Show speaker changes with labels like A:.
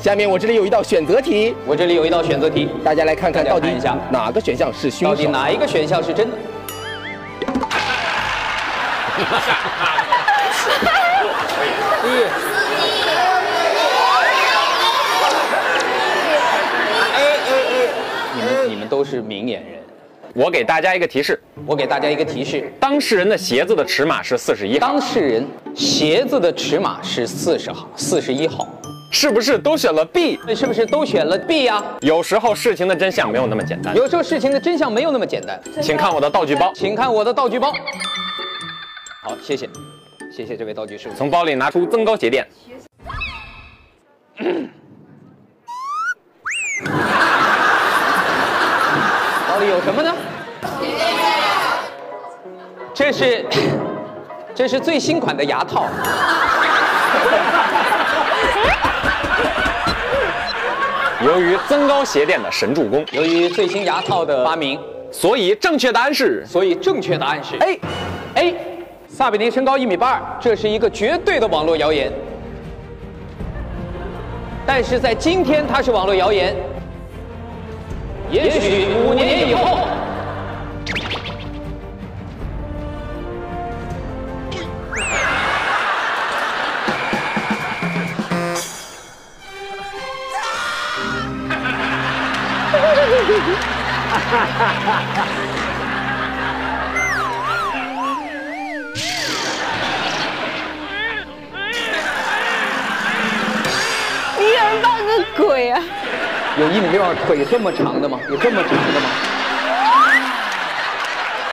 A: 下面我这里有一道选择题，
B: 我这里有一道选择题，
A: 大家来看看
B: 大家
A: 到底
B: 看一下
A: 哪个选项是
B: 到
A: 凶
B: 底
A: 手。
B: 哪一个选项是真的？你们你们都是明眼人，
C: 我给大家一个提示，
B: 我给大家一个提示：
C: 当事人的鞋子的尺码是四十一号，
B: 当事人鞋子的尺码是四十号、四十一号，
C: 是不是都选了 B？
B: 那是不是都选了 B 呀、
C: 有时候事情的真相没有那么简单，
B: 有时候事情的真相没有那么简单，
C: 请看我的道具包，
B: 请看我的道具包。好，谢谢，谢谢这位道具师傅。
C: 从包里拿出增高鞋垫，
B: 包里有什么呢？这是，这是最新款的牙套。
C: 由于增高鞋垫的神助攻，
B: 由于最新牙套的发明，
C: 所以正确答案是
B: 所以正确答案是 A。A，萨比宁身高一米八二，这是一个绝对的网络谣言。但是在今天，它是网络谣言。也许五年以后，
D: 你耳放个鬼啊！
B: 有一米六二腿这么长的吗？有这么长的吗？